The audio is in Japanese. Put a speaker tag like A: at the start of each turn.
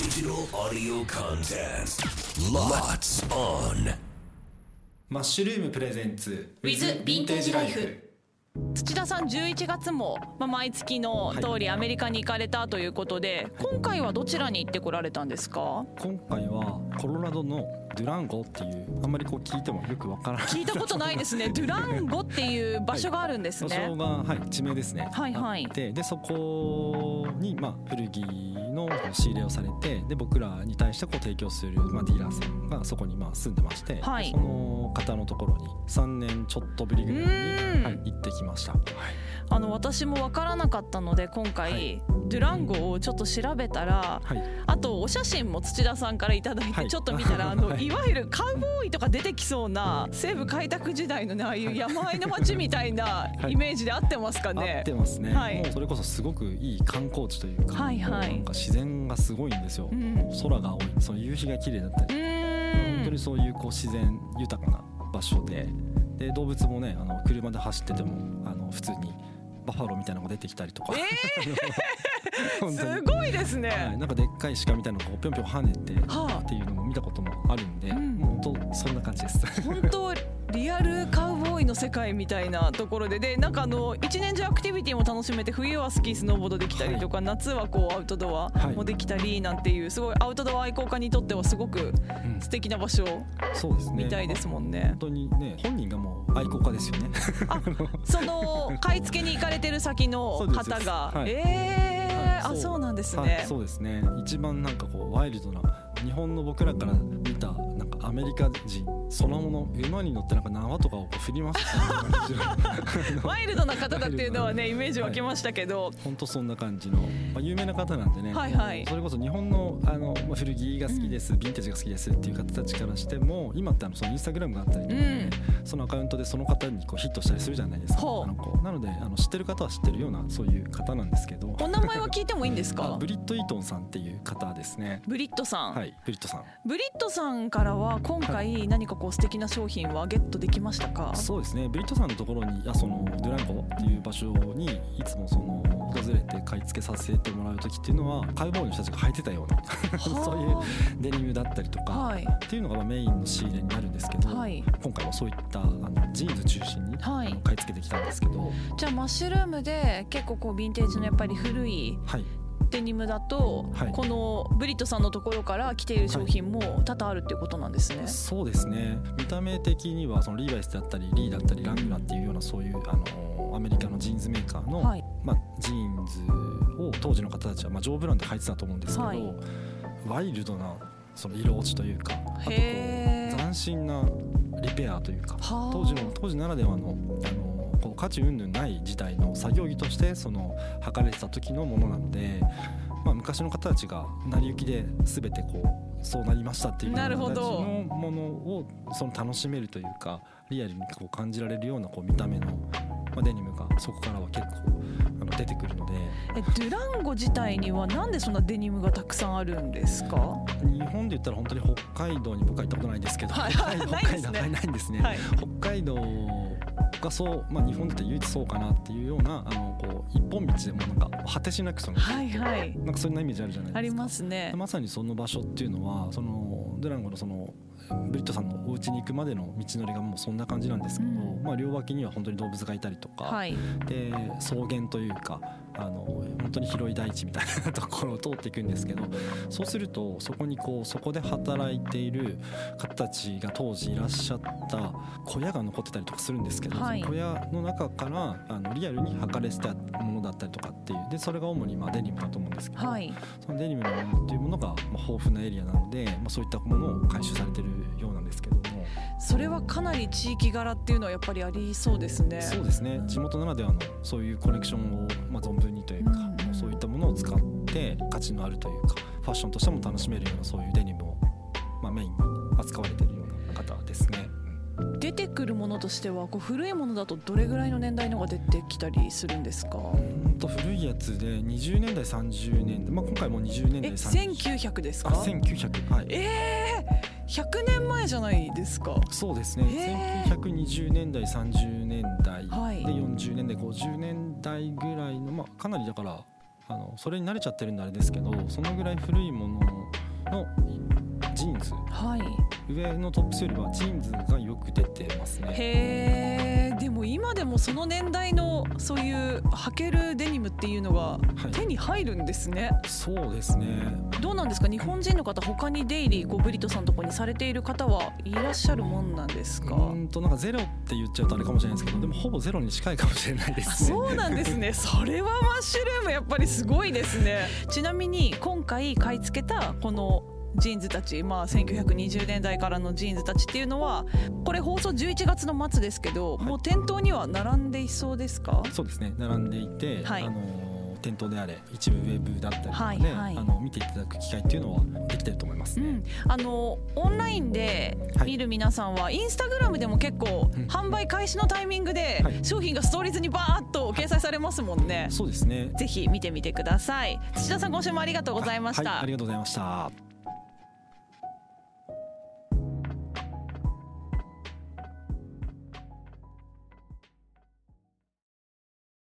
A: Digital audio contest. Lots on.
B: マッシュルームプレゼンツ
C: With ヴィンテージライフ
D: 土田さん11月も、まあ、毎月の通りアメリカに行かれたということで、今回はどちらに行ってこられたんですか
E: 今回はコロラドのドゥランゴっていうあんまりこう聞いてもよくわからない
D: 聞いたことない ですねドゥランゴっていう場所があるんです
E: 場所
D: ね、
E: が、はい、地名ですね、
D: はいはい
E: あってでそこに、まあ、古着の仕入れをされてで僕らに対してこう提供する、まあ、ディーラーさんがそこにまあ住んでまして、
D: はい
E: その方のところに3年ちょっとぶりぐらいに、
D: うん
E: はい、行ってきました、はい、
D: あの私も分からなかったので今回、
E: はい
D: ドゥランゴをちょっと調べたら、
E: はい
D: あとお写真も土田さんからいただい
E: は
D: て
E: い
D: ちょっと見 たら、い、あの
E: はい
D: いわゆるカウボーイとか出てきそうな西部開拓時代のねああいう山あいの町みたいな
E: はい
D: イメージで合ってますかね、
E: 合ってますね、
D: はい
E: もうそれこそすごくいい観光地というか,、
D: はいはい
E: なんか自然がすごいんですよ、
D: うん
E: 空が青いその夕日が綺麗だったり本
D: う
E: 当
D: ー
E: に
D: ん
E: そういうこう自然豊かな場所でで動物もねあの車で走っててもあの普通にバッファローみたいなのが出てきたりとか、 え
D: すごいですね、
E: はい、なんかでっかい鹿みたいなのがこうぴょんぴょん跳ねて
D: はあ
E: っていうのも見たこともあるんで、
D: ん
E: もう本当そんな感じです
D: 本当リアルカウボーイの世界みたいなところででなんかあの一年中アクティビティも楽しめて冬はスキースノーボードできたりとか、夏はこうアウトドア
E: はい
D: もできたりなんていうすごいアウトドア愛好家にとってはすごく
E: ん
D: 素敵な場所
E: そうですね
D: みたいですもん
E: 本
D: ね。
E: 当にね本人がもう愛好家ですよね
D: その買い付けに行かれてる先の
E: そうです
D: 方が、
E: はい
D: えー
E: は
D: あ
E: い
D: そうなんです
E: はい
D: ね。
E: そうですね一番なんかこうワイルドな日本の僕らから見たなんかアメリカ人そのもの馬に乗ってなんか縄とかをこう振ります
D: ワイルドな方だっていうのはねイメージ湧きましたけど、
E: 本当そんな感じの、まあ、有名な方なんでね、
D: はいはい
E: それこそ日本のあの、まあ、古着が好きです、ヴィンテージが好きですっていう方たちからしても今ってあのそのインスタグラムがあったりとかね、そのアカウントでその方にこうヒットしたりするじゃないですか
D: ほう
E: あのこうなのであの知ってる方は知ってるようなそういう方なんですけど
D: お名前は聞いてもいいんです
E: あ
D: か
E: ブリット・イートンさんっていう方ですね
D: ブリットさん、
E: はいブリットさん
D: ブリットさんからは今回何かこう素敵な商品はゲットできましたか、
E: そうですねブリットさんのところにあそのドゥランゴっていう場所にいつもその訪れて買い付けさせてもらう時っていうのはカウボーイの人たちが履いてたような そういうデニムだったりとか、
D: はい
E: っていうのがまあメインの仕入れになるんですけど、
D: はい
E: 今回はそういったあのジーンズ中心に、
D: はい
E: あの買い付けてきたんですけど、
D: じゃあマッシュルームで結構こうヴィンテージのやっぱり古い
E: はい、
D: デニムだと、
E: はい
D: このブリットさんのところから来ている商品も多々あるっていうことなんですね、
E: そうですね見た目的にはそのリーバイスだったりリーだったりラングラっていうようなそういうあのアメリカのジーンズメーカーの、
D: はい
E: まあ、ジーンズを当時の方たちは、まあ、上ブランドで履いてたと思うんですけど、
D: はい
E: ワイルドなその色落ちというかあとこう
D: へー
E: 斬新なリペアというか
D: はあ
E: 当時の当時ならではのあのこう価値云々ない時代の作業着としてその履かれてた時のものなので、まあ、昔の方たちが成り行きで全てこうそうなりましたっていうよう
D: なる
E: 形
D: ほど
E: のものをその楽しめるというかリアルにこう感じられるようなこう見た目の、まあ、デニムがそこからは結構あの出てくるので
D: えドゥランゴ自体にはなんでそんなデニムがたくさんあるんですかは
E: 日本で言ったら本当に北海道に僕は行ったことないんですけど、
D: はい
E: 北海道
D: ない
E: 北海道
D: ですね
E: はいないんですね、
D: い
E: 北海道がそう、まあ、日本で言ったら唯一そうかなっていうようなあのこう一本道でもなんか果てしなくその、
D: はいはい
E: なんかそんなイメージあるじゃないですか
D: ありますね
E: まさにその場所っていうのはそのドゥランゴのそのブリットさんのお家に行くまでの道のりがもうそんな感じなんですけど、
D: うん
E: まあ、両脇には本当に動物がいたりとか、
D: はい
E: で草原というかあの本当に広い大地みたいなところを通っていくんですけどそうするとそこにこうそこで働いている方たちが当時いらっしゃった小屋が残ってたりとかするんですけど、
D: はい
E: その小屋の中からあのリアルに履かれてたものだったりとかっていうでそれが主にまあデニムだと思うんですけど、
D: はい
E: そのデニムのものっていうものがまあ豊富なエリアなので、まあ、そういったものを回収されてるようなんですけども。
D: それはかなり地域柄っていうのはやっぱりありそうですね
E: そうですね地元ならではのそういうコレクションを、まあ、存分にというか、
D: うんうん
E: そういったものを使って価値のあるというかファッションとしても楽しめるようなそういうデニムを、まあ、メインに扱われているような方ですね。
D: 出てくるものとしてはこう古いものだとどれぐらいの年代のが出てきたりするんですか
E: うんと古いやつで20年代30年代、まあ、今回もう20年
D: え
E: 代
D: 1900です
E: あ
D: か
E: 1900はい
D: えー、100年前じゃないですか
E: そうですね
D: へー
E: 1920年代30年代で
D: はい
E: 40年代50年代ぐらいの、まあ、かなりだからあのそれに慣れちゃってるんであれですけどそのぐらい古いもののジーンズ
D: はい
E: 上のトップスよりはジーンズがよく出てますね
D: へえでも今でもその年代のそういう履けるデニムっていうのが
E: はい
D: 手に入るんですね、
E: そうですね
D: どうなんですか日本人の方他に出入りこうブリトさんとこにされている方はいらっしゃるもんなんです
E: う
D: か、
E: ーんとなんかゼロって言っちゃうとあれかもしれないですけどでもほぼゼロに近いかもしれないで
D: あ
E: すね
D: そうなんですねそれはマッシュルームやっぱりすごいですねちなみに今回買い付けたこのジーンズたち、まあ、1920年代からのジーンズたちっていうのはこれ放送11月の末ですけど、
E: はい
D: もう店頭には並んでいそうですか
E: そうですね並んでいて、
D: はい
E: あの店頭であれ一部ウェブだったりとかね、
D: はいはい
E: あの見ていただく機会っていうのはできてると思います
D: う
E: ね、
D: ん、あのオンラインで
E: はい
D: 見る皆さんは、インスタグラムでも結構、
E: うん
D: 販売開始のタイミングで、
E: はい
D: 商品がストーリーズにバーッと掲載されますもんね、
E: そうですね
D: ぜひ見てみてください土田さん今週もありがとうございました、
E: はい、ありがとうございました